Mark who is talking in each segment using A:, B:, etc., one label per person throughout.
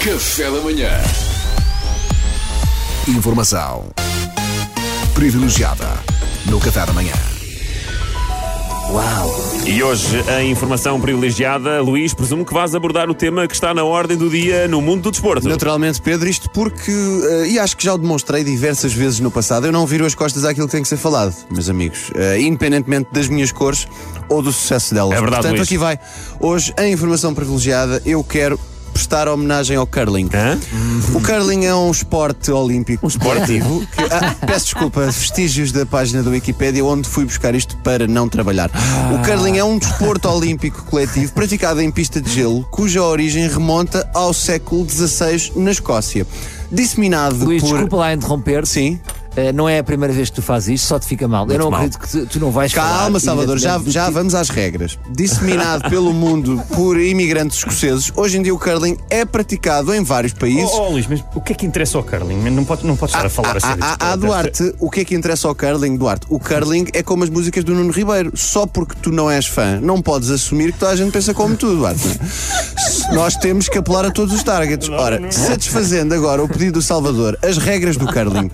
A: Café da Manhã. Informação privilegiada no Café da Manhã. Uau!
B: E hoje, a informação privilegiada, Luís, presumo que vais abordar o tema que está na ordem do dia no mundo do desporto.
C: Naturalmente, Pedro, isto porque, eh, e acho que já o demonstrei diversas vezes no passado, eu não viro as costas àquilo que tem que ser falado, meus amigos, eh, independentemente das minhas cores ou do sucesso delas.
B: É verdade,
C: Portanto,
B: Luís.
C: aqui vai. Hoje, em informação privilegiada, eu quero prestar homenagem ao curling.
B: Hã?
C: O curling é um esporte olímpico. Um
B: esporte?
C: peço desculpa, vestígios da página da Wikipédia onde fui buscar isto para não trabalhar.
D: Ah.
C: O curling é um desporto olímpico coletivo praticado em pista de gelo, cuja origem remonta ao século XVI na Escócia. Disseminado
D: Luís,
C: por.
D: desculpa lá interromper.
C: Sim.
D: não é a primeira vez que tu fazes isto, só te fica mal. eu não
B: mal.
D: acredito que tu, tu não vais
C: Calma,
D: falar,
C: Salvador, já,
D: evidentemente,
C: já
D: do
C: vamos às regras. Disseminado pelo mundo por imigrantes escoceses, hoje em dia o curling é praticado em vários países.
E: Oh, oh, Luís, mas o que é que interessa ao curling? Não pode, não pode estar a falar assim.
C: Ah, ah, ah, Duarte, o que é que interessa ao curling, Duarte? O curling é como as músicas do Nuno Ribeiro. Só porque tu não és fã, não podes assumir que toda a gente pensa como tu, Duarte. é? Nós temos que apelar a todos os targets. Ora, satisfazendo agora o pedido do Salvador, as regras do curling.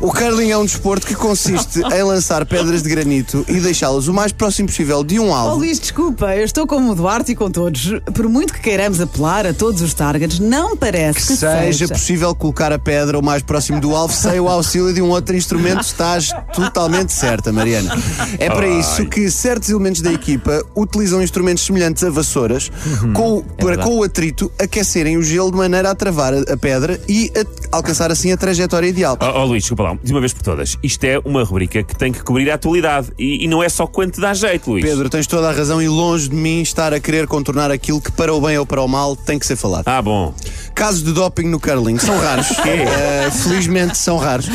C: O curling é um desporto que consiste em lançar pedras de granito e deixá-las o mais próximo possível de um
F: Oh,
C: alvo.
F: Luís, desculpa, eu estou como o Duarte e com todos. Por muito que queiramos apelar a todos os targets, não parece que,
C: seja possível colocar a pedra o mais próximo do alvo sem o auxílio de um outro instrumento, estás totalmente certa, Mariana. É para isso que certos elementos da equipa utilizam instrumentos semelhantes a vassouras com, o- para, com o atrito, aquecerem o gelo de maneira a travar a, a pedra e a- alcançar assim a trajetória ideal.
B: Oh, oh, Luís, desculpa lá, de uma vez por todas. Isto é uma rubrica que tem que cobrir a atualidade e, e não é só quanto dá jeito, Luís.
C: Pedro, tens toda a razão e longe de mim estar a querer contornar aquilo que, para o bem ou para o mal, tem que ser falado.
B: Ah, bom.
C: Casos de doping no curling são raros. Eh, felizmente são raros.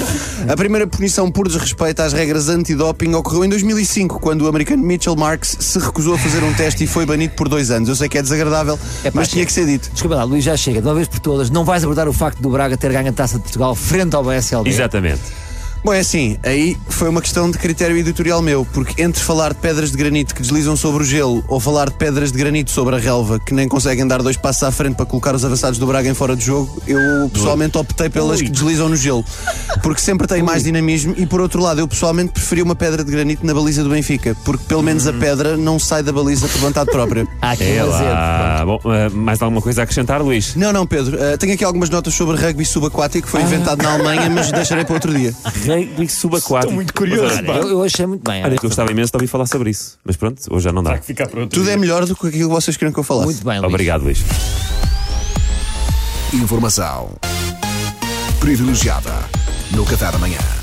C: A primeira punição por desrespeito às regras anti-doping ocorreu em 2005, quando o americano Mitchell Marks se recusou a fazer um teste e foi banido por dois anos. Eu sei que é desagradável,
D: É pá,
C: mas tinha
D: chega.
C: que ser dito.
D: Desculpa lá, Luís, já chega. De uma vez por todas, não vais abordar o facto do Braga ter ganho a taça de Portugal frente ao
B: É.
D: BSLB.
B: Exatamente.
C: Bom, é assim, aí foi uma questão de critério editorial meu, porque entre falar de pedras de granito que deslizam sobre o gelo ou falar de pedras de granito sobre a relva que nem conseguem dar dois passos à frente para colocar os avançados do Braga em fora de jogo, eu pessoalmente optei pelas que deslizam no gelo, porque sempre tem mais dinamismo e por outro lado, eu pessoalmente preferi uma pedra de granito na baliza do Benfica, porque pelo menos a pedra não sai da baliza por vontade própria.
D: Há aqui
B: É
D: um azedo.
B: lá. Bom, ah, mais alguma coisa a acrescentar, Luís?
C: Não, não, Pedro, eh, tenho aqui algumas notas sobre rugby subaquático, foi inventado na Alemanha, mas deixarei para outro dia.
B: Rugby subaquático. Estou muito curioso,
D: Eu, eu achei muito bem.
B: Olha, eu gostava imenso de ouvir falar sobre isso, mas pronto, hoje já não dá.
E: Ficar para outro
C: Tudo
E: dia.
C: é melhor do que aquilo que vocês queriam que eu falasse.
D: muito bem, Luís.
B: Obrigado, Luís.
A: Informação privilegiada no Café da Manhã.